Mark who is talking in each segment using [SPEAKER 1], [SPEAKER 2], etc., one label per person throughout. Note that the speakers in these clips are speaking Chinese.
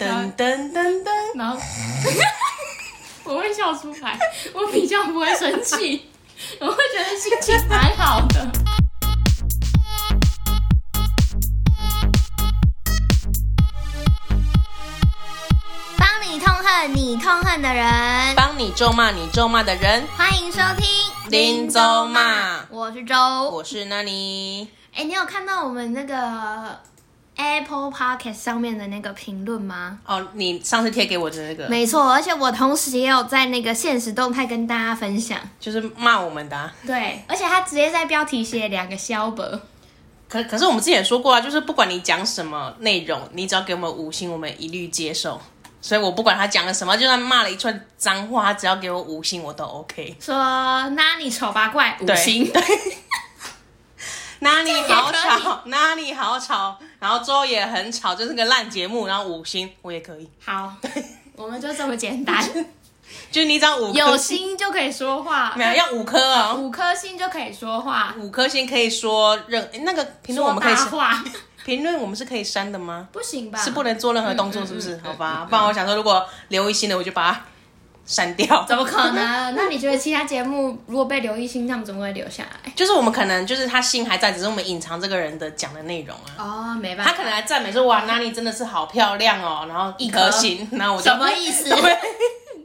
[SPEAKER 1] 噔噔噔噔，
[SPEAKER 2] 然后 我会笑出来，我比较不会生 气，我会觉得心情蛮好的。
[SPEAKER 3] 帮你痛恨你痛恨的人。
[SPEAKER 1] 帮你咒骂你咒骂的人，
[SPEAKER 3] 欢迎收听
[SPEAKER 1] 林州骂
[SPEAKER 3] 我是周。
[SPEAKER 1] 我是那里。
[SPEAKER 3] 哎、你有看到我们那个 Apple Podcast 上面的那个评论吗？
[SPEAKER 1] 哦，你上次贴给我的那个，
[SPEAKER 3] 没错，而且我同时也有在那个现实动态跟大家分享。
[SPEAKER 1] 就是骂我们的、啊。
[SPEAKER 3] 对，而且他直接在标题写两个肖伯，
[SPEAKER 1] 可可是我们之前也说过啊，就是不管你讲什么内容，你只要给我们五星，我们一律接受。所以我不管他讲了什么，就算骂了一串脏话，他只要给我五星，我都 OK。
[SPEAKER 3] 说那你丑八怪五
[SPEAKER 1] 对
[SPEAKER 3] 星。
[SPEAKER 1] 对。哪里好
[SPEAKER 3] 这样也
[SPEAKER 1] 吵，哪里好吵，然后之后也很吵，就是个烂节目，然后五星我也可以，
[SPEAKER 3] 好，我们就这么简 单，
[SPEAKER 1] 就是你只要五颗
[SPEAKER 3] 有心就可以说话，
[SPEAKER 1] 没有要五颗哦，
[SPEAKER 3] 五颗星就可以说话，
[SPEAKER 1] 五颗星可以说任诶那个评论我
[SPEAKER 3] 说
[SPEAKER 1] 们可以
[SPEAKER 3] 大
[SPEAKER 1] 删
[SPEAKER 3] 话
[SPEAKER 1] 评论我们是可以删的吗？
[SPEAKER 3] 不行吧？
[SPEAKER 1] 是不能做任何动作，是不是？
[SPEAKER 3] 嗯嗯嗯
[SPEAKER 1] 好吧，不然我想说，如果留一星的，我就把它删 掉。
[SPEAKER 3] 怎么可能？那你觉得其他节目如果被刘一星，他们怎么会留下来？
[SPEAKER 1] 就是我们可能就是他心还在，只是我们隐藏这个人的讲的内容啊。
[SPEAKER 3] 哦，没办
[SPEAKER 1] 他可能还赞美说：“哇，那你真的是好漂亮哦。”然后一颗 星，然后我就
[SPEAKER 3] 什么意思
[SPEAKER 1] 对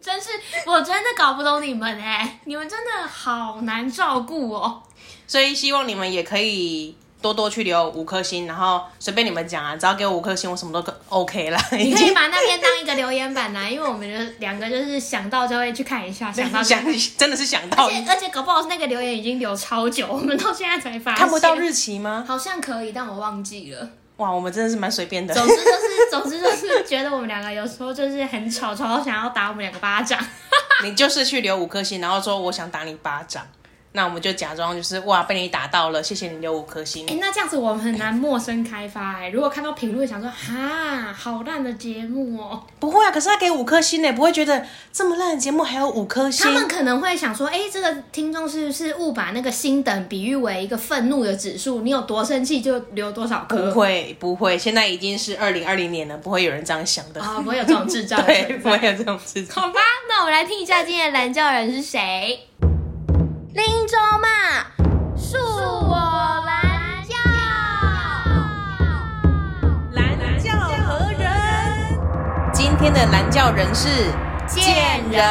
[SPEAKER 3] 真是我真的搞不懂你们哎、你们真的好难照顾哦。
[SPEAKER 1] 所以希望你们也可以多多去留五颗星，然后随便你们讲啊，只要给我五颗星，我什么都 OK 啦。
[SPEAKER 3] 你
[SPEAKER 1] 已
[SPEAKER 3] 可以
[SPEAKER 1] 经
[SPEAKER 3] 把那边当一个留言板啦、因为我们就两个就是想到就会去看一下，想到就
[SPEAKER 1] 想哦真的是想到
[SPEAKER 3] 而且而且搞不好那个留言已经留超久，我们到现在才发现。
[SPEAKER 1] 看不到日期吗？
[SPEAKER 3] 好像可以，但我忘记了。
[SPEAKER 1] 哇，我们真的是蛮随便的。
[SPEAKER 3] 总之就是，总之就是觉得我们两个有时候就是很吵，吵到想要打我们两个巴掌。
[SPEAKER 1] 你就是去留五颗星，然后说我想打你巴掌，那我们就假装就是哇被你打到了，谢谢你留五颗星。
[SPEAKER 3] 哎、那这样子我们很难陌生开发哎、如果看到评论，想说哈，好烂的节目哦、
[SPEAKER 1] 不会啊，可是他给五颗星呢，不会觉得这么烂的节目还有五颗星
[SPEAKER 3] 他？们可能会想说，哎、这个听众是不是误把那个星等比喻为一个愤怒的指数？你有多生气就留多少
[SPEAKER 1] 不
[SPEAKER 3] 颗。
[SPEAKER 1] 会不会，现在已经是二零二零年了，不会有人这样想的。
[SPEAKER 3] 啊、不会有这种智 障。
[SPEAKER 1] 对，不会有这种事情。
[SPEAKER 3] 好吧，那我们来听一下今天的蓝教人是谁。林州嘛，恕我蓝教。
[SPEAKER 1] 蓝教何人？今天的蓝教人是
[SPEAKER 3] 贱人，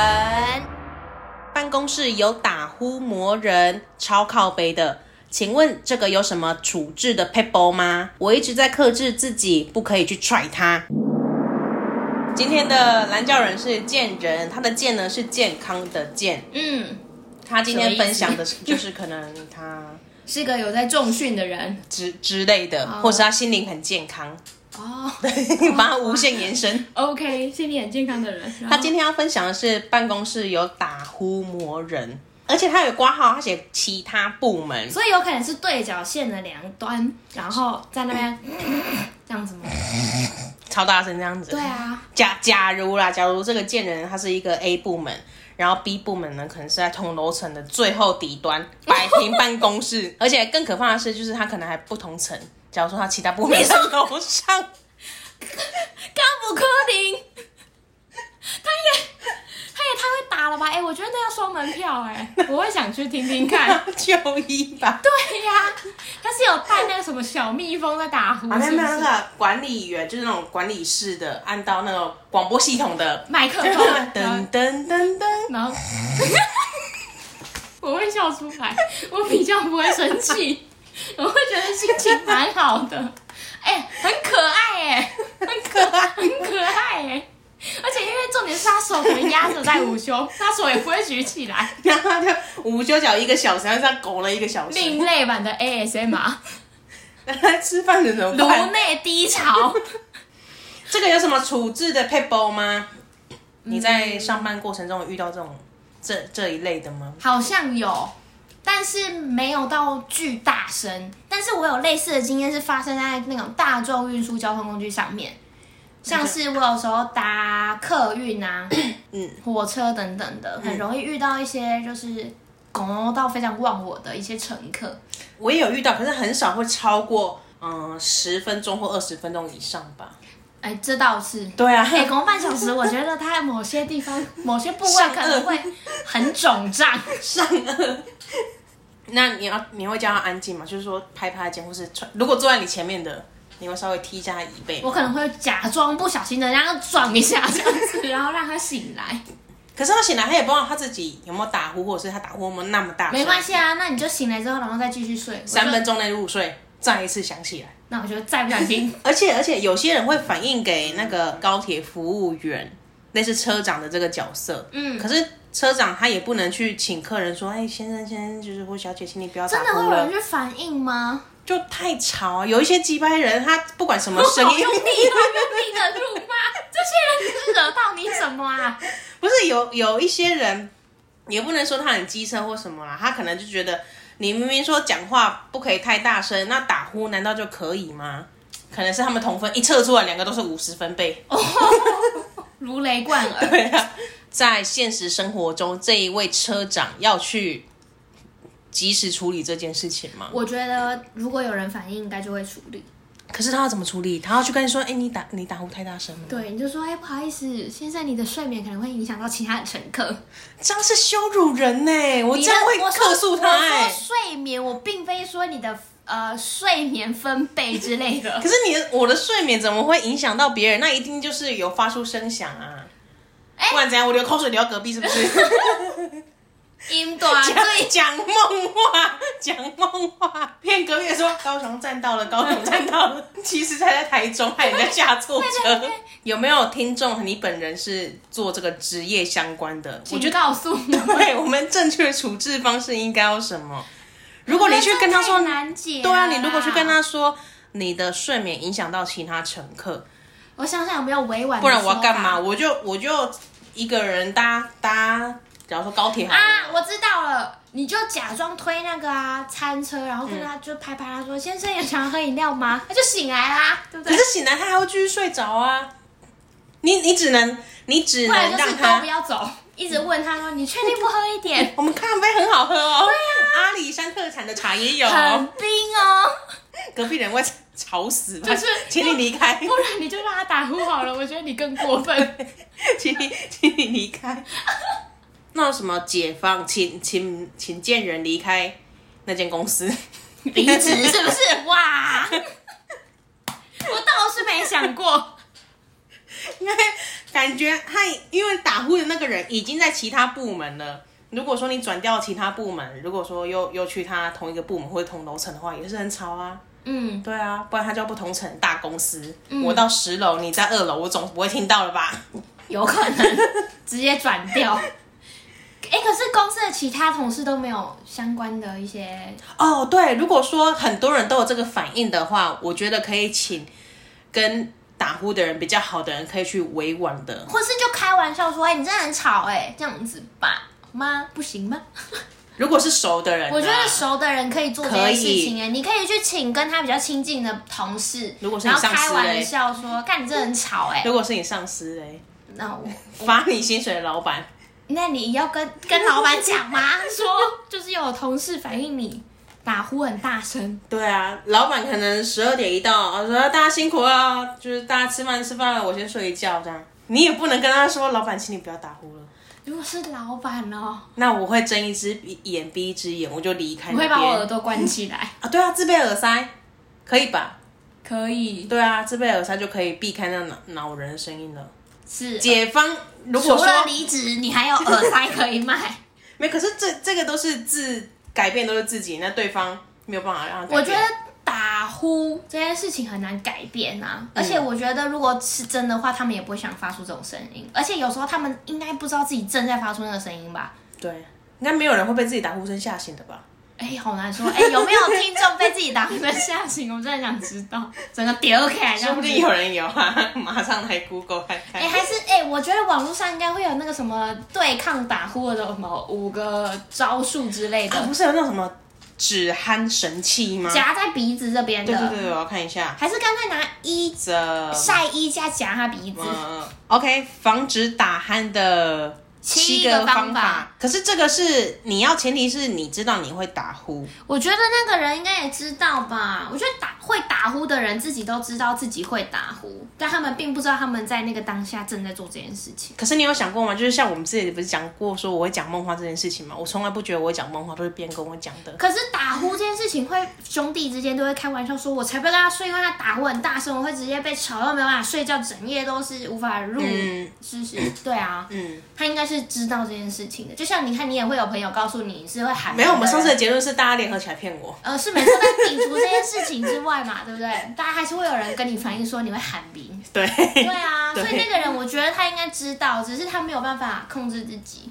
[SPEAKER 1] 办公室有打呼魔人，超靠背的。请问这个有什么处置的 people 吗？我一直在克制自己，不可以去踹他。今天的蓝教人是健人，他的健呢是健康的健。
[SPEAKER 3] 嗯，
[SPEAKER 1] 他今天分享的是就是可能他
[SPEAKER 3] 是个有在重训的人。
[SPEAKER 1] 之之类的，或是他心灵很健康，
[SPEAKER 3] 哦
[SPEAKER 1] 把它无限延伸。
[SPEAKER 3] ，OK，心理很健康的人。然后
[SPEAKER 1] 他今天要分享的是办公室有打呼魔人，而且他有挂号，他写其他部门，
[SPEAKER 3] 所以有可能是对角线的两端，然后在 那边这样子吗？
[SPEAKER 1] 超大声这样子。
[SPEAKER 3] 对啊，
[SPEAKER 1] 假假如啦，假如这个贱人他是一个 A 部门，然后 B 部门呢可能是在同楼层的最后底端，摆平办公室， 而且更可怕的是，就是他可能还不同层。假如说他其他部门在楼 上，
[SPEAKER 3] 刚不柯林，他也他也太会打了吧？哎、我觉得那要收门票哎、我会想去听 听看。
[SPEAKER 1] 就医吧。
[SPEAKER 3] 对呀、他是有带那个什么小蜜蜂在打呼，
[SPEAKER 1] 啊，没
[SPEAKER 3] 是
[SPEAKER 1] 有没
[SPEAKER 3] 不
[SPEAKER 1] 有，那
[SPEAKER 3] 是？
[SPEAKER 1] 个管理员就是那种管理室的，按到那个广播系统的
[SPEAKER 3] 麦克
[SPEAKER 1] 噔
[SPEAKER 3] 风，然后
[SPEAKER 1] 噔噔噔噔。
[SPEAKER 3] 然后 我会笑出来，我比较不会生气，我会觉得心情蛮好的。哎、很可爱哎、
[SPEAKER 1] 很可爱。
[SPEAKER 3] 很可爱哎、而且因为重点是他手可能压着在午休，他手也不会举起来，
[SPEAKER 1] 然后他就午休脚一个小时，然后这样狗了一个小时。
[SPEAKER 3] 另类版的 ASMR，
[SPEAKER 1] 那他吃饭的怎么
[SPEAKER 3] 颅
[SPEAKER 1] 办？
[SPEAKER 3] 内低潮。
[SPEAKER 1] 这个有什么处置的 people 吗？你在上班过程中有遇到这种这这一类的吗？
[SPEAKER 3] 好像有，但是没有到巨大声。但是我有类似的经验是发生在那种大众运输交通工具上面，像是我有时候搭客运啊、 嗯，火车等等的，
[SPEAKER 1] 嗯
[SPEAKER 3] 很容易遇到一些就是拱到非常忘我的一些乘客。
[SPEAKER 1] 呃我也有遇到，可是很少会超过嗯十、10分钟或二十分钟以上吧。
[SPEAKER 3] 哎，这倒 是。
[SPEAKER 1] 对啊，
[SPEAKER 3] 哎，狗半小时，我觉得它某些地 方、某些部位
[SPEAKER 1] 上颚
[SPEAKER 3] 可能会很肿胀。
[SPEAKER 1] 上颚。那你要你会叫他安静吗？就是说拍拍肩，或是踹如果坐在你前面的，你会稍微踢一下他椅背。
[SPEAKER 3] 我可能会假装不小心的让它撞一下这样子，然后让它醒来。
[SPEAKER 1] 可是他醒来，他也不知道他自己有没有打呼，或者是他打呼有没有那么大声。
[SPEAKER 3] 没关系啊，那你就醒来之后，然后再继续睡。我就
[SPEAKER 1] 三分，钟内入睡，再一次想起来。
[SPEAKER 3] 那我就再不小 心。
[SPEAKER 1] 而且而且有些人会反映给那个高铁服务员，类似车长的这个角色。
[SPEAKER 3] 嗯
[SPEAKER 1] 可是车长他也不能去请客人说，哎、先生先生，就是或小姐，请你不要打
[SPEAKER 3] 真的会
[SPEAKER 1] 呼
[SPEAKER 3] 有
[SPEAKER 1] 了
[SPEAKER 3] 人，去反应吗？
[SPEAKER 1] 就太吵啊。有一些鸡掰人，他不管什么声音，
[SPEAKER 3] 用力用力的辱骂，这些人是惹到你什 么啊？
[SPEAKER 1] 不是有有一些人，也不能说他很机车或什么啦，他可能就觉得你明明说讲话不可以太大声，那打呼难道就可以吗？可能是他们同分一测出来，两个都是五十分贝。
[SPEAKER 3] 如雷贯耳。
[SPEAKER 1] 对啊， 在现实生活中，这一位车长要去及时处理这件事情吗？
[SPEAKER 3] 我觉得如果有人反应，应该就会处理。
[SPEAKER 1] 可是他要怎么处理？他要去跟你说，哎、你打你打呼太大声了。，
[SPEAKER 3] 对，你就说，哎、不好意思，先生，你的睡眠可能会影响到其他的乘客。
[SPEAKER 1] 这样是羞辱人呢、我这样会
[SPEAKER 3] 你的我说
[SPEAKER 1] 客诉他哎、
[SPEAKER 3] 我说睡眠，我并非说你的呃睡眠分贝之类 的。
[SPEAKER 1] 可是你的我的睡眠怎么会影响到别人？那一定就是有发出声响啊！
[SPEAKER 3] 哎
[SPEAKER 1] 不然怎样？我流口水流到隔壁是不是？
[SPEAKER 3] 音短
[SPEAKER 1] 讲
[SPEAKER 3] 最
[SPEAKER 1] 讲梦话，讲梦话，骗隔壁说高雄站到了，高雄站到 了，其实他在台中，害人家下错
[SPEAKER 3] 对对
[SPEAKER 1] 车
[SPEAKER 3] 对。
[SPEAKER 1] 有没有听众？你本人是做这个职业相关的？我觉得，
[SPEAKER 3] 请告诉我。
[SPEAKER 1] 对我们正确的处置方式应该要什么？ 如果你去跟他说
[SPEAKER 3] 这太难解，
[SPEAKER 1] 对啊，你如果去跟，他说你的睡眠影响到其他乘客，
[SPEAKER 3] 我想想有没有委婉的说法，
[SPEAKER 1] 不然我要干嘛？我就我就一个人搭搭，假如说高铁好了
[SPEAKER 3] 啊？我知道了，你就假装推那个啊餐车，然后跟
[SPEAKER 1] 嗯
[SPEAKER 3] 他就拍拍他说：“先生，有想要喝饮 料吗？”他就醒来啦，对不
[SPEAKER 1] 可
[SPEAKER 3] 对？
[SPEAKER 1] 是醒来他还会继续睡着啊。你你只能你只
[SPEAKER 3] 不然
[SPEAKER 1] 能
[SPEAKER 3] 就是
[SPEAKER 1] 让
[SPEAKER 3] 都
[SPEAKER 1] 他
[SPEAKER 3] 不，要走，一直问他说：“你确定不喝一点？
[SPEAKER 1] 我们咖啡很好喝哦。对呀、阿里山特产的茶也 有，
[SPEAKER 3] 啊很冰哦。”
[SPEAKER 1] 隔壁人会吵死吧？
[SPEAKER 2] 就是
[SPEAKER 1] 请你离开，
[SPEAKER 2] 不然你就让他打呼好了，我觉得你更过分。
[SPEAKER 1] 请你请你离开。那有什么解放，请请请见人离开那间公司，
[SPEAKER 3] 离职是不是？哇， 我倒是没想过。
[SPEAKER 1] 因为感觉他因为打呼的那个人已经在其他部门了。如果说你转调其他部门，如果说又又去他同一个部门或者同楼层的话，也是很吵啊。
[SPEAKER 3] 嗯，
[SPEAKER 1] 对啊，不然他就不同层大公司，我到十楼，你在二楼，我总不会听到了吧？
[SPEAKER 3] 有可能直接转 掉。哎、可是公司的其他同事都没有相关的一些，
[SPEAKER 1] 哦，对，如果说很多人都有这个反应的话，我觉得可以请跟打呼的人比较好的人，可以去委婉的
[SPEAKER 3] 或是就开玩笑说：“哎、你真的很吵、哎，这样子吧，吗？不行吗？”
[SPEAKER 1] 如果是熟的人啊、
[SPEAKER 3] 我觉得熟的人可以做这
[SPEAKER 1] 可
[SPEAKER 3] 件
[SPEAKER 1] 以
[SPEAKER 3] 事情、哎，你可以去请跟他比较亲近的同事，
[SPEAKER 1] 如果是你
[SPEAKER 3] 然后
[SPEAKER 1] 上司
[SPEAKER 3] 开玩
[SPEAKER 1] 嘞
[SPEAKER 3] 笑说：“干，你真的很吵、哎
[SPEAKER 1] 如果是你上司嘞，，
[SPEAKER 3] 那我
[SPEAKER 1] 发你薪水的老板，
[SPEAKER 3] 那你要跟跟老板讲吗？ 说就是有同事反映你打呼很大声，
[SPEAKER 1] 对啊，老板可能十二点一到，啊说大家辛苦了，就是大家吃饭吃饭了，我先睡一觉这样。你也不能跟他说，老板，请你不要打呼了。
[SPEAKER 3] 如果是老板哦，
[SPEAKER 1] 那我会睁一只眼闭一只眼，我就离开
[SPEAKER 2] 我
[SPEAKER 1] 那
[SPEAKER 2] 会
[SPEAKER 1] 边。
[SPEAKER 2] 把我耳朵关起来，
[SPEAKER 1] 啊，对啊，自备耳塞可以吧？
[SPEAKER 2] 可以。
[SPEAKER 1] 对啊，自备耳塞就可以避开那恼恼人的声音了。
[SPEAKER 3] 是
[SPEAKER 1] 解方如
[SPEAKER 3] 除
[SPEAKER 1] 果
[SPEAKER 3] 了
[SPEAKER 1] 说
[SPEAKER 3] 离职，你 还有耳塞可以卖。
[SPEAKER 1] 没，可是这这个都是自改变，都是自己，那对方没有办法让他改变。
[SPEAKER 3] 我觉得打呼这件事情很难改变啊，
[SPEAKER 1] 嗯
[SPEAKER 3] 而且我觉得如果是真的话，他们也不会想发出这种声音，而且有时候他们应该不知道自己正在发出那个声音吧。
[SPEAKER 1] 对，应该没有人会被自己打呼声吓醒的 吧？
[SPEAKER 3] 哎、好难说。哎、有没有听众被自己打呼声吓醒？我真的想知道，整个丢起来这
[SPEAKER 1] 说
[SPEAKER 3] 样子，
[SPEAKER 1] 不定有人有啊， 马上来 Google 看看。
[SPEAKER 3] 哎、还是哎、我觉得网络上应该会有那个什么对抗打呼的什么五个招数之类
[SPEAKER 1] 啊，
[SPEAKER 3] 的，
[SPEAKER 1] 不是有那种什么止鼾神器吗？
[SPEAKER 3] 夹在鼻子这边的，
[SPEAKER 1] 对对对，对我要看一下。
[SPEAKER 3] 还是干脆拿衣
[SPEAKER 1] 这
[SPEAKER 3] 晒衣架
[SPEAKER 1] 啊
[SPEAKER 3] 夹他鼻子。
[SPEAKER 1] 嗯，OK，防止打鼾的
[SPEAKER 3] 七
[SPEAKER 1] 七
[SPEAKER 3] 个
[SPEAKER 1] 个
[SPEAKER 3] 方
[SPEAKER 1] 方
[SPEAKER 3] 法
[SPEAKER 1] 法，可是这个是你要前提是你知道你会打呼，
[SPEAKER 3] 我觉得那个人应该也知道吧。我觉得打会打呼的人自己都知道自己会打呼，但他们并不知道他们在那个当下正在做这件事情。
[SPEAKER 1] 可是你有想过吗？就是像我们自己不是讲过说我会讲梦话这件事情吗？我从来不觉得我会讲梦话，都是别人跟我讲的。
[SPEAKER 3] 可是打呼这件事情会，兄弟之间都会开玩笑说，我才不要跟他睡，因为他打呼很大声，我会直接被吵到没办法睡觉，整夜都是无法入
[SPEAKER 1] 嗯
[SPEAKER 3] 是是，对啊，
[SPEAKER 1] 嗯，
[SPEAKER 3] 他应该是知道这件事情的。就像你看，你也会有朋友告诉你是会喊，
[SPEAKER 1] 没有，我们上次的结论是大家联合起来骗我。
[SPEAKER 3] 呃，是没错，但摒除这件事情之外嘛，对不对？大家还是会有人跟你反映说你会喊鼻。
[SPEAKER 1] 对，
[SPEAKER 3] 对 啊，
[SPEAKER 1] 对
[SPEAKER 3] 所以那个人我觉得他应该知道，只是他没有办法控制自己。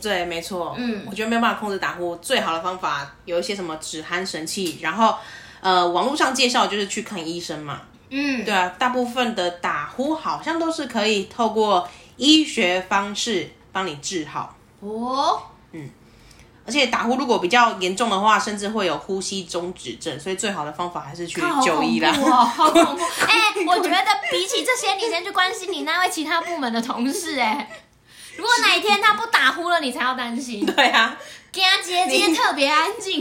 [SPEAKER 1] 对，没错，
[SPEAKER 3] 嗯
[SPEAKER 1] 我觉得没有办法控制打呼，最好的方法有一些什么止鼾神器，然后呃，网络上介绍就是去看医生嘛。
[SPEAKER 3] 嗯，
[SPEAKER 1] 对啊，大部分的打呼好像都是可以透过医学方式帮你治好，
[SPEAKER 3] 哦，
[SPEAKER 1] 而且打呼如果比较严重的话，甚至会有呼吸中止症，所以最好的方法还是去
[SPEAKER 3] 看好
[SPEAKER 1] 就
[SPEAKER 3] 恐
[SPEAKER 1] 医啦。
[SPEAKER 3] 怖哦，好恐怖！哎、我觉得比起这些，你先去关心你那位其他部门的同事、 哎。如果哪一天他不打呼了，你才要担 心。
[SPEAKER 1] 对啊，
[SPEAKER 3] 给他接接特别安静，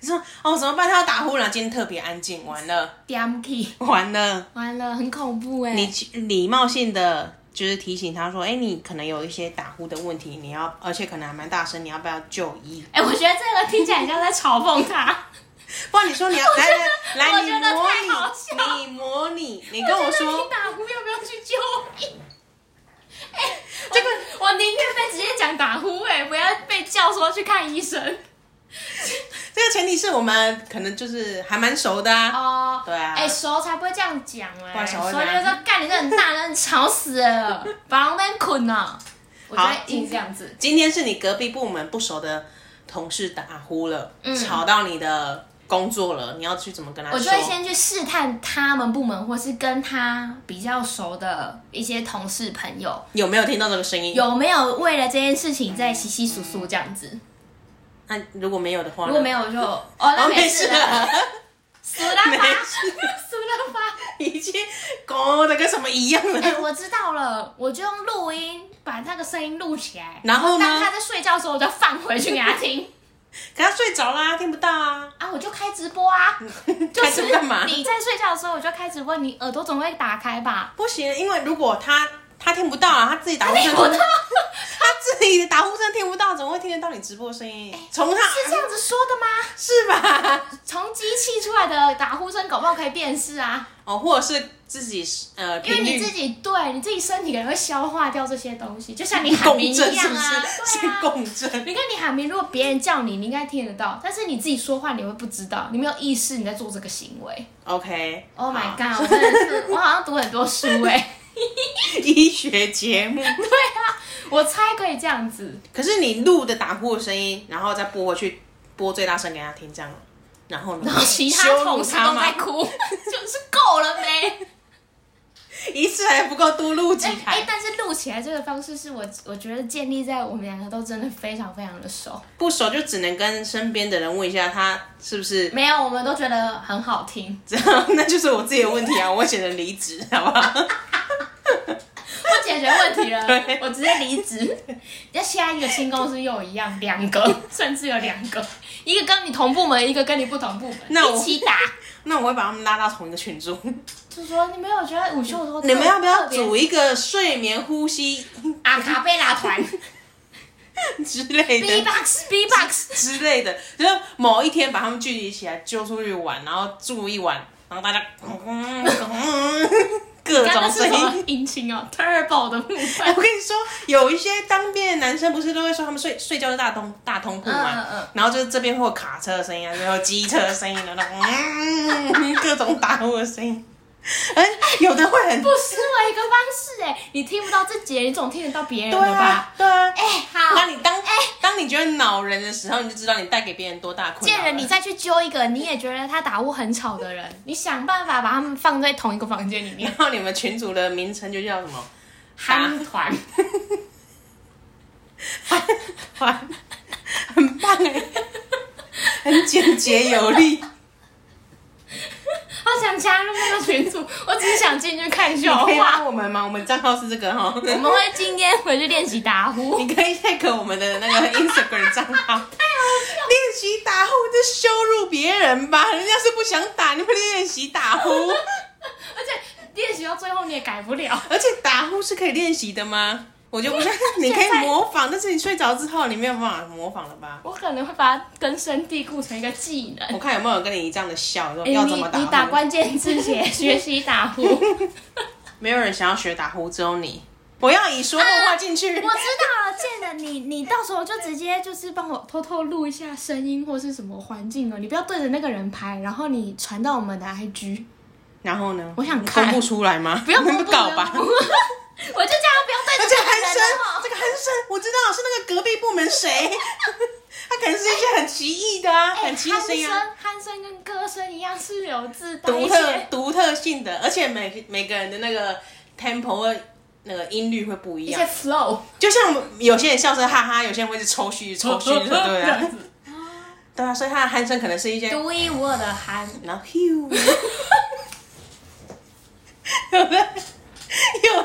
[SPEAKER 1] 你说哦怎么办？他要打呼了，今天特别安静，完了
[SPEAKER 3] 点起，
[SPEAKER 1] 完了，
[SPEAKER 3] 完了，很恐怖哎、
[SPEAKER 1] 你去礼貌性的就是提醒他说，哎，你可能有一些打呼的问题，你要而且可能还蛮大声，你要不要就医？
[SPEAKER 3] 哎、我觉得这个听起来很像在嘲讽他。
[SPEAKER 1] 不然你说你要来来
[SPEAKER 3] 我
[SPEAKER 1] 来，
[SPEAKER 3] 觉
[SPEAKER 1] 你
[SPEAKER 3] 得
[SPEAKER 1] 模
[SPEAKER 3] 太好笑
[SPEAKER 1] 拟，你模拟，你跟我说。
[SPEAKER 3] 你打呼要不要去就医？ 哎、这个我宁愿被直接讲打呼、哎，不要被叫说去看医生。
[SPEAKER 1] 这个前提是我们可能就是还蛮熟的啊。
[SPEAKER 3] 哦，
[SPEAKER 1] 对啊
[SPEAKER 3] 哎、熟才不会这样讲哎、
[SPEAKER 1] 不然小
[SPEAKER 3] 熟
[SPEAKER 1] 慧
[SPEAKER 3] 就
[SPEAKER 1] 怎样
[SPEAKER 3] 说干你这很大人，吵死了，把龙灯捆了。我就
[SPEAKER 1] 好
[SPEAKER 3] 会听这样子，
[SPEAKER 1] 今天是你隔壁部门不熟的同事打呼了，吵到你的工作了，你要去怎么跟他说？
[SPEAKER 3] 嗯我就会先去试探他们部门或是跟他比较熟的一些同事朋友，
[SPEAKER 1] 有没有听到这个声音？。
[SPEAKER 3] 有没有为了这件事情在稀稀疏疏这样子。
[SPEAKER 1] 那如果没有的话，
[SPEAKER 3] 如果没，有就哦，那
[SPEAKER 1] 哦，
[SPEAKER 3] 没
[SPEAKER 1] 没
[SPEAKER 3] 事
[SPEAKER 1] 事
[SPEAKER 3] 啊了
[SPEAKER 1] 了，，
[SPEAKER 3] 死了吧，
[SPEAKER 1] 没
[SPEAKER 3] 死
[SPEAKER 1] 事
[SPEAKER 3] 了吧。
[SPEAKER 1] 已经狗的跟什么一样了。
[SPEAKER 3] 哎、我知道了，我就用录音把那个声音录起来，
[SPEAKER 1] 然后呢
[SPEAKER 3] 当他在睡觉的时候，我就放回去给他听
[SPEAKER 1] 可他睡着啦，听不到啊。
[SPEAKER 3] 啊，我就开直播啊， 就
[SPEAKER 1] 开直
[SPEAKER 3] 是
[SPEAKER 1] 播干嘛
[SPEAKER 3] 你在睡觉的时候，我就开直播，你耳朵总会打开 吧？
[SPEAKER 1] 不行，因为如果他他听不到啊，他自己打呼声，
[SPEAKER 3] 听不到
[SPEAKER 1] 他自己的打呼声听不到，怎么会听得到你直播声音？从他
[SPEAKER 3] 是这样子说的吗？
[SPEAKER 1] 是吧？
[SPEAKER 3] 从机器出来的打呼声，搞不好可以辨识啊，
[SPEAKER 1] 哦，或者是自己呃
[SPEAKER 3] 因为
[SPEAKER 1] 频率
[SPEAKER 3] 你自己对你自己身体可能会消化掉这些东西，就像你喊名一
[SPEAKER 1] 振
[SPEAKER 3] 样啊，对啊。
[SPEAKER 1] 共振。
[SPEAKER 3] 你看你喊名，如果别人叫你，你应该听得到，但是你自己说话，你会不知道，你没有意识你在做这个行为。
[SPEAKER 1] OK。
[SPEAKER 3] Oh my
[SPEAKER 1] 好
[SPEAKER 3] god！我真的是，我好像读很多书哎、
[SPEAKER 1] 医学节目。
[SPEAKER 3] 我猜可以这样子，
[SPEAKER 1] 可是你录的打呼的声音，然后再播回去，播最大声给他听，这样。然后呢？
[SPEAKER 3] 然后其他
[SPEAKER 1] 羞
[SPEAKER 3] 同
[SPEAKER 1] 辱
[SPEAKER 3] 事
[SPEAKER 1] 他
[SPEAKER 3] 都
[SPEAKER 1] 吗
[SPEAKER 3] 在？哭，就是够了没？
[SPEAKER 1] 一次还不够，多录几
[SPEAKER 3] 哎、
[SPEAKER 1] 台。
[SPEAKER 3] 但是录起来这个方式是我我觉得建立在我们两个都真的非常非常的熟，
[SPEAKER 1] 不熟就只能跟身边的人问一下，他是不是？
[SPEAKER 3] 没有我们都觉得很好听。
[SPEAKER 1] 这样，那就是我自己的问题啊！我会选择离职，好不好？
[SPEAKER 3] 我解决问题了
[SPEAKER 1] 对，
[SPEAKER 3] 我直接离职。那下一个新公司又一样，两个甚至有两个，一个跟你同部门，一个跟你不同部门，
[SPEAKER 1] 那我
[SPEAKER 3] 一起打。
[SPEAKER 1] 那我会把他们拉到同一个群组。
[SPEAKER 3] 就说你们有觉得午休的时候特，
[SPEAKER 1] 你们要不要
[SPEAKER 3] 特别
[SPEAKER 1] 组一个睡眠呼吸
[SPEAKER 3] 阿卡贝 拉团
[SPEAKER 1] 之类的？
[SPEAKER 3] ？B box B box。
[SPEAKER 1] 之类的，就是某一天把他们聚集起来揪出去玩，然后住一晚，然后大家各
[SPEAKER 3] 刚
[SPEAKER 1] 种
[SPEAKER 3] 刚是
[SPEAKER 1] 声
[SPEAKER 3] 什么
[SPEAKER 1] 音。
[SPEAKER 3] 引擎哦，turbo 的部
[SPEAKER 1] 哎，我
[SPEAKER 3] 分。
[SPEAKER 1] 跟你说，有一些当兵的男生不是都会说他们睡睡觉是大通大通铺嘛，
[SPEAKER 3] 嗯嗯
[SPEAKER 1] 然后就是这边会有卡车的声音啊，然后机车的声音然后嗯，各种打呼的声音， 哎，有的会很
[SPEAKER 3] 不失为一个方式哎，你听不到自己，你总听得到别人
[SPEAKER 1] 对
[SPEAKER 3] 的吧？
[SPEAKER 1] 啊，对啊。
[SPEAKER 3] 哎、
[SPEAKER 1] 那
[SPEAKER 3] 好，
[SPEAKER 1] 你当当你觉得恼人的时候，你就知道你带给别人多大困扰
[SPEAKER 3] 见
[SPEAKER 1] 了。
[SPEAKER 3] 人你再去揪一个你也觉得他打呼很吵的人，你想办法把他们放在同一个房间里面，
[SPEAKER 1] 然后你们群组的名称就叫什 么？
[SPEAKER 3] 憨 团。
[SPEAKER 1] 很很欸 棒哎，很简洁有力。
[SPEAKER 3] 好想加入那个群组，我只是想进去看
[SPEAKER 1] 你
[SPEAKER 3] 笑
[SPEAKER 1] 可以拉
[SPEAKER 3] 话。
[SPEAKER 1] 我们吗？我们账号是这个哈。
[SPEAKER 3] 我们会今天回去练习打呼。
[SPEAKER 1] 你可以 tag 我们的那个 Instagram 账号。 练习打呼，这羞辱别人吧？人家是不想打，你们练习打呼，
[SPEAKER 3] 而且练习到最后你也改不了。
[SPEAKER 1] 而且打呼是可以练习的吗？我就不 相信，你可以模仿，但是你睡着之后，你没有办法模仿了吧？
[SPEAKER 3] 我可能会把它根深蒂固成一个技能。
[SPEAKER 1] 我看有没有人跟你一样的笑，说
[SPEAKER 3] 诶
[SPEAKER 1] 要
[SPEAKER 3] 你
[SPEAKER 1] 怎哎么打呼？
[SPEAKER 3] 你打关键字写学习打 呼。
[SPEAKER 1] 没有人想要学打呼，只有你。我要以说梦话进去。
[SPEAKER 2] 我知道了，见了你，你到时候就直接就是帮我。
[SPEAKER 3] 偷偷录一下声音或是什么环境哦，你不要对着那个人拍，然后你传到我们的 IG，
[SPEAKER 1] 然后呢？
[SPEAKER 3] 我想
[SPEAKER 1] 你
[SPEAKER 3] 看
[SPEAKER 1] 公布出来吗？
[SPEAKER 3] 不要
[SPEAKER 1] 那
[SPEAKER 3] 公
[SPEAKER 1] 不
[SPEAKER 3] 布
[SPEAKER 1] 搞吧。
[SPEAKER 3] 不要公布
[SPEAKER 2] 我就这样，不用对
[SPEAKER 1] 而
[SPEAKER 2] 着
[SPEAKER 1] 且
[SPEAKER 2] 这个
[SPEAKER 1] 韩
[SPEAKER 2] 人
[SPEAKER 1] 生
[SPEAKER 3] 哦
[SPEAKER 2] 了，
[SPEAKER 1] 这个韩生，我知道是那个隔壁部门谁， 他可能是一些很奇异的啊，
[SPEAKER 3] 哎
[SPEAKER 1] 很奇异的声音啊，
[SPEAKER 3] 鼾声跟歌声一样是有自带
[SPEAKER 1] 独
[SPEAKER 3] 一
[SPEAKER 1] 特
[SPEAKER 3] 些
[SPEAKER 1] 独特性的，而且每每个人的那个 tempo 会那个音律会不一
[SPEAKER 3] 一些
[SPEAKER 1] 样，
[SPEAKER 3] flow。
[SPEAKER 1] 就像我们有些人笑声哈哈，有些人会是抽蓄抽蓄， 对不对啊？对啊，所以他的鼾声可能是一些，
[SPEAKER 2] 独一无二的憨。
[SPEAKER 1] 然后 hugh，对不对？有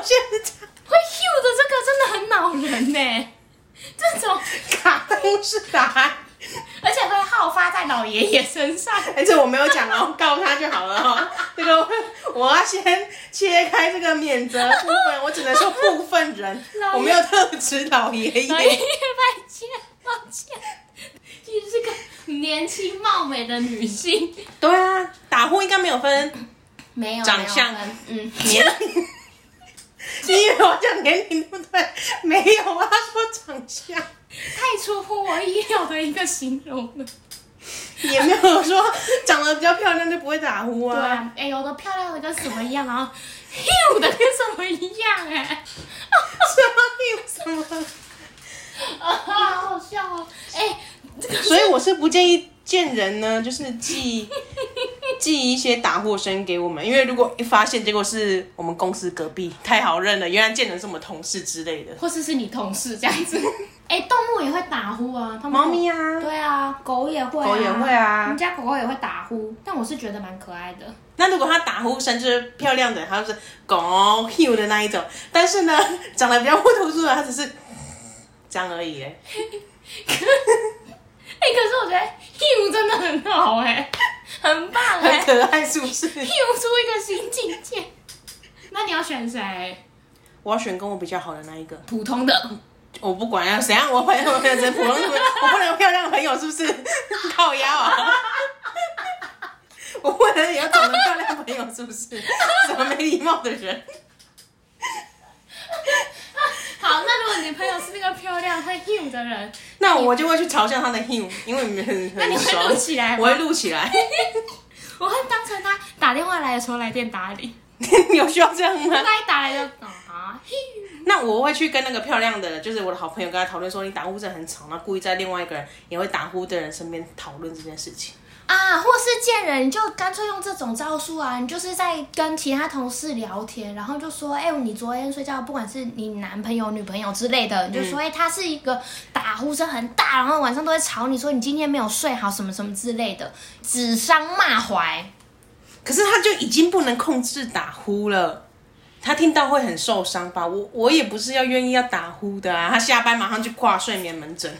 [SPEAKER 1] 些人这样
[SPEAKER 3] 会 hue 的这个真的很恼人呢、这种
[SPEAKER 1] 卡通式打鼾。
[SPEAKER 3] 而且会好发在老爷爷身上。
[SPEAKER 1] 哎、这我没有讲 哦，告他就好了哦。这个我要先切开这个免责部分，我只能说部分人，
[SPEAKER 3] 老爷
[SPEAKER 1] 我没有特指老爷
[SPEAKER 3] 老爷爷
[SPEAKER 1] 爷。
[SPEAKER 3] 拜见，抱歉，你是个年轻貌美的女性，
[SPEAKER 1] 对啊，打呼应该没有分
[SPEAKER 2] 没有
[SPEAKER 1] 长相
[SPEAKER 2] 没有嗯，
[SPEAKER 1] 年龄。你以为我讲年龄对不对？没有，我要说长相，
[SPEAKER 3] 太出乎我意料的一个形容了。
[SPEAKER 1] 也没有说长得比较漂亮就不会打呼
[SPEAKER 3] 对
[SPEAKER 1] 啊。
[SPEAKER 3] 啊，哎、有的漂亮的跟什么一样，然 后 hue 的跟什么一样、哎，
[SPEAKER 1] 所以有什么？
[SPEAKER 3] 啊，好好笑哦， 哎、这个
[SPEAKER 1] 所以我是不建议见人呢，就是寄寄一些打呼声给我们，因为如果一发现结果是我们公司隔壁，太好认了，原来见人是我们同事之类的。
[SPEAKER 3] 或是是你同事这样子。 哎、动物也会打呼啊，它们
[SPEAKER 1] 猫咪啊，
[SPEAKER 2] 对啊，狗也会、啊，
[SPEAKER 1] 狗也会啊
[SPEAKER 2] 我们家狗狗也会打呼，但我是觉得蛮可爱的。
[SPEAKER 1] 那如果它打呼声就是漂亮的，它就是狗 h 的那一种，但是呢， 长得比较不突出的，它只是这样而已耶。
[SPEAKER 3] 哎、可是我觉得 hue 真的很好哎、很棒哎、
[SPEAKER 1] 很可爱是不是？
[SPEAKER 3] 又出一个新境界。那你要选谁？
[SPEAKER 1] 我要选跟我比较好的那一个，
[SPEAKER 3] 普通的，我
[SPEAKER 1] 我不管啊，谁让我朋友变成普通朋友，我不能有漂亮的朋友是不 是？靠腰啊！ 我不能也要找成漂亮的朋友是不是？什么没礼貌的人？
[SPEAKER 3] 好。那如果你朋友是那个漂亮会 him 的人，
[SPEAKER 1] 那我就会去嘲笑他的 him，因为你们很
[SPEAKER 3] 那你
[SPEAKER 1] 很
[SPEAKER 3] 会
[SPEAKER 1] 熟
[SPEAKER 3] 录起来吗
[SPEAKER 1] 我会录起来。
[SPEAKER 3] 我会当成他打电话来的时候来电打理，
[SPEAKER 1] 你有需要这样吗？
[SPEAKER 3] 他一打来就啊 him，
[SPEAKER 1] 那我会去跟那个漂亮的，就是我的好朋友，跟他讨论说你打呼真的很吵，那故意在另外一个人也会打呼的人身边讨论这件事情。
[SPEAKER 2] 啊，或是见人你就干脆用这种招数啊！你就是在跟其他同事聊天，然后就说：“哎、你昨天睡觉，不管是你男朋友、女朋友之类的，你就
[SPEAKER 3] 嗯
[SPEAKER 2] 说：‘哎、他是一个打呼声很大，然后晚上都会吵你，说你今天没有睡好，什么什么之类的，指桑骂槐。’
[SPEAKER 1] 可是他就已经不能控制打呼了，他听到会很受伤吧？我我也不是要愿意要打呼的啊，他下班马上去挂睡眠门诊，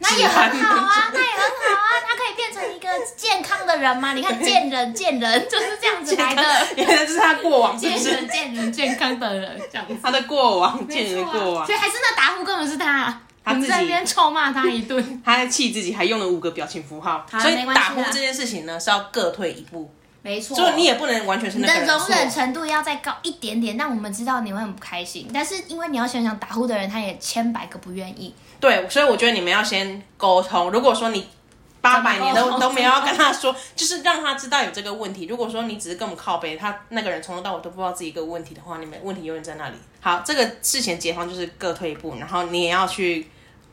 [SPEAKER 2] 那也很好 啊，那也很好啊，他可以变成一个健康的人嘛？你看，见人见人就是这样子来的，
[SPEAKER 1] 原来这是他过往是不
[SPEAKER 3] 健
[SPEAKER 1] 是？
[SPEAKER 3] 人健人健康的人这样子。
[SPEAKER 1] 他的过往，
[SPEAKER 3] 没
[SPEAKER 1] 见人的
[SPEAKER 3] 错啊
[SPEAKER 1] 过往
[SPEAKER 3] 所，以还是那打呼根本是他，
[SPEAKER 1] 他
[SPEAKER 3] 我们
[SPEAKER 1] 自己
[SPEAKER 3] 在那边臭骂他一顿。
[SPEAKER 1] 他在气自己，还用了五个表情符号，
[SPEAKER 2] 好
[SPEAKER 1] 所以
[SPEAKER 2] 没关系
[SPEAKER 1] 打
[SPEAKER 2] 啦
[SPEAKER 1] 呼这件事情呢是要各退一步，
[SPEAKER 2] 没错。
[SPEAKER 1] 就你也不能完全是
[SPEAKER 2] 你
[SPEAKER 1] 那个
[SPEAKER 2] 的
[SPEAKER 1] 人
[SPEAKER 2] 容忍
[SPEAKER 1] 错
[SPEAKER 2] 程度要再高一点点，但我们知道你会很不开心。但是因为你要想想，打呼的人他也千百个不愿意，
[SPEAKER 1] 对，所以我觉得你们要先沟通。如果说你八百年
[SPEAKER 3] 怎
[SPEAKER 1] 都
[SPEAKER 3] 么沟通
[SPEAKER 1] 都没有要跟他说，就是让他知道有这个问题。如果说你只是跟我们靠背，他那个人从头到尾都不知道自己一个问题的话，你们问题永远在那里。好，这个事前解放就是各退一步，然后你也要去，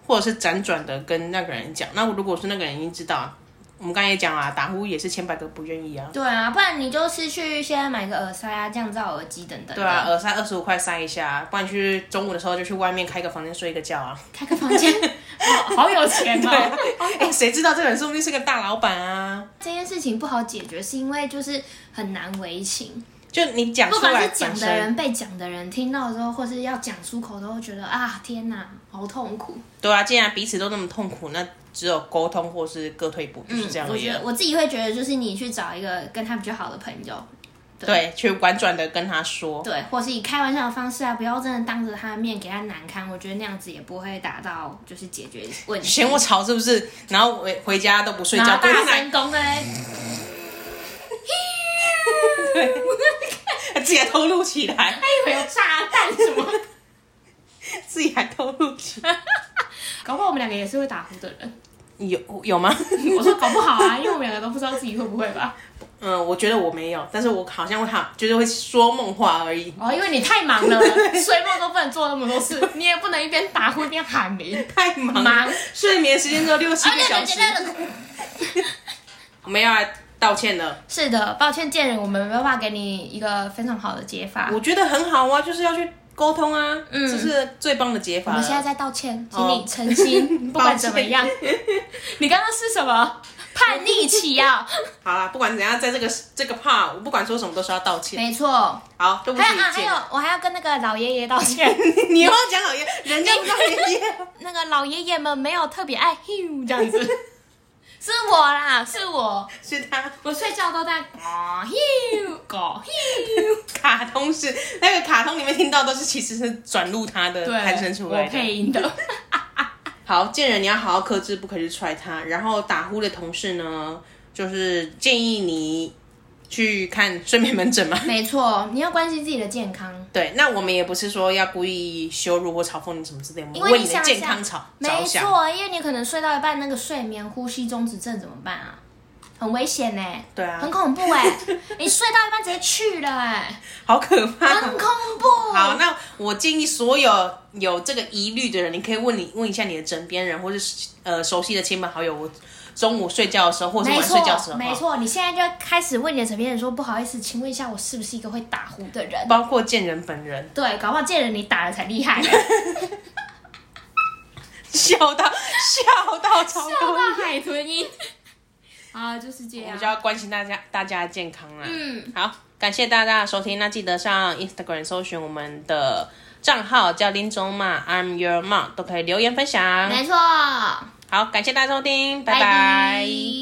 [SPEAKER 1] 或者是辗转的跟那个人讲。那如果是那个人已经知道我们刚才也讲啦，打呼也是千百个不愿意啊。
[SPEAKER 2] 对啊，不然你就是去现在买个耳塞啊、降噪耳机等等的。
[SPEAKER 1] 对 啊，耳塞二十五块塞一下，不然你去中午的时候就去外面开个房间睡一个觉啊。
[SPEAKER 2] 开个房间，
[SPEAKER 3] 好好有钱
[SPEAKER 1] 对啊
[SPEAKER 3] 哦。，
[SPEAKER 1] 哎、谁知道这个人说不定是个大老板啊？
[SPEAKER 2] 这件事情不好解决，是因为就是很难为 情，
[SPEAKER 1] 就你讲
[SPEAKER 2] 不
[SPEAKER 1] 出
[SPEAKER 2] 管
[SPEAKER 1] 来
[SPEAKER 2] 是讲
[SPEAKER 1] 本
[SPEAKER 2] 的
[SPEAKER 1] 身
[SPEAKER 2] 人、被讲的人听到之后，或是要讲出口，都会觉得啊，天哪，好痛苦。
[SPEAKER 1] 对啊，既然彼此都那么痛苦，那只有沟通或是各退一步，就是这样
[SPEAKER 2] 我
[SPEAKER 1] 而已
[SPEAKER 2] 觉
[SPEAKER 1] 啊。
[SPEAKER 2] 得我自己会觉得，嗯就是你去找一个跟他比较好的朋友，
[SPEAKER 1] 对，去婉转的跟他说。
[SPEAKER 2] 对，或是以开玩笑的方式啊，不要真的当着他的面给他难堪。我觉得那样子也不会达到就是解决问题。
[SPEAKER 1] 嫌我吵是不是？然后回回家都不睡
[SPEAKER 2] 然
[SPEAKER 1] 觉，
[SPEAKER 2] 后
[SPEAKER 1] 归
[SPEAKER 2] 大
[SPEAKER 1] 来
[SPEAKER 2] 声公对，
[SPEAKER 1] 自己还偷录起来，
[SPEAKER 3] 以为有炸弹什么？
[SPEAKER 1] 自己还偷录起来，
[SPEAKER 3] 搞不好我们两个也是会打呼的 人。
[SPEAKER 1] 有有吗？
[SPEAKER 3] 我说搞不好啊，因为我们两个都不知道自己会不会吧。
[SPEAKER 1] 嗯，我觉得我没有，但是我好像会好，就是会说梦话而已。
[SPEAKER 3] 哦，因为你太忙 了，睡梦都不能做那么多事，你也不能一边打呼一边喊名。
[SPEAKER 1] 太忙，
[SPEAKER 3] 忙
[SPEAKER 1] 睡眠时间只有六七
[SPEAKER 2] 啊
[SPEAKER 1] 个小时，我们要来道歉了。
[SPEAKER 2] 是的，抱歉贱人，我们没办法给你一个非常好的解法。
[SPEAKER 1] 我觉得很好啊，就是要去沟通啊，
[SPEAKER 2] 嗯
[SPEAKER 1] 这是最棒的解
[SPEAKER 2] 我
[SPEAKER 1] 法了。
[SPEAKER 2] 们现在在道歉，请
[SPEAKER 1] 哦
[SPEAKER 2] 你 诚心，
[SPEAKER 3] 不管怎么样，你刚刚是什么？
[SPEAKER 2] 叛逆期啊！
[SPEAKER 1] 好啦，不管怎样，在这个这个 part，我不管说什么都是要道歉。
[SPEAKER 2] 没错，
[SPEAKER 1] 好，对不起
[SPEAKER 2] 还有啊，，还
[SPEAKER 1] 姐
[SPEAKER 2] 有，我还要跟那个老爷爷道歉。
[SPEAKER 1] 你又要讲老爷，人家不知道爷爷。
[SPEAKER 2] 那个老爷爷们没有特别爱 Hugh 这 样子，是我啦，是我，
[SPEAKER 1] 是他
[SPEAKER 3] 我睡觉都在哦搞咻搞咻，
[SPEAKER 1] 卡通是那个卡通里面听到都是其实是转录他的
[SPEAKER 3] 对，
[SPEAKER 1] 弹声出
[SPEAKER 3] 我
[SPEAKER 1] 来的。
[SPEAKER 3] 配音的。
[SPEAKER 1] 好，见人你要好好克制，不可以去踹他。然后打呼的同事呢，就是建议你去看睡眠门诊嘛。
[SPEAKER 2] 没错，你要关心自己的健康。
[SPEAKER 1] 对，那我们也不是说要故意羞辱或嘲讽你什么之类的，我
[SPEAKER 2] 因
[SPEAKER 1] 们为
[SPEAKER 2] 为你
[SPEAKER 1] 你的
[SPEAKER 2] 想
[SPEAKER 1] 健
[SPEAKER 2] 想
[SPEAKER 1] 康着着
[SPEAKER 2] 没
[SPEAKER 1] 想。
[SPEAKER 2] 错，因为你可能睡到一半，那个睡眠呼吸中止症怎么办啊？很危险呢、
[SPEAKER 1] 对啊
[SPEAKER 2] 很恐怖哎、 你睡到一半直接去了哎、
[SPEAKER 1] 好可怕。
[SPEAKER 2] 很恐怖。
[SPEAKER 1] 好，那我建议所有有这个疑虑的人，你可以问你问一下你的枕边人，或是呃熟悉的亲朋好友。我中午睡觉的时候，或是
[SPEAKER 2] 没
[SPEAKER 1] 晚睡觉的时
[SPEAKER 2] 错，
[SPEAKER 1] 候，
[SPEAKER 2] 没错，你现在就要开始问你的枕边人说，不好意思，请问一下，我是不是一个会打呼的人？
[SPEAKER 1] 包括见人本人，
[SPEAKER 2] 对，搞不好见人你打了才厉害 呢，
[SPEAKER 1] 笑到笑到超
[SPEAKER 3] 笑
[SPEAKER 1] 多。
[SPEAKER 3] 到海豚音。啊，就是这
[SPEAKER 1] 我
[SPEAKER 3] 样
[SPEAKER 1] 们就。要关心大家大家的健康啦。啊
[SPEAKER 2] 嗯，
[SPEAKER 1] 好，感谢大家的收听。那记得上 Instagram 搜寻我们的账号叫林中嘛，I'm your mom，都可以留言分享。
[SPEAKER 2] 没错，
[SPEAKER 1] 好，感谢大家收听，拜
[SPEAKER 2] 拜
[SPEAKER 1] 拜
[SPEAKER 2] 拜。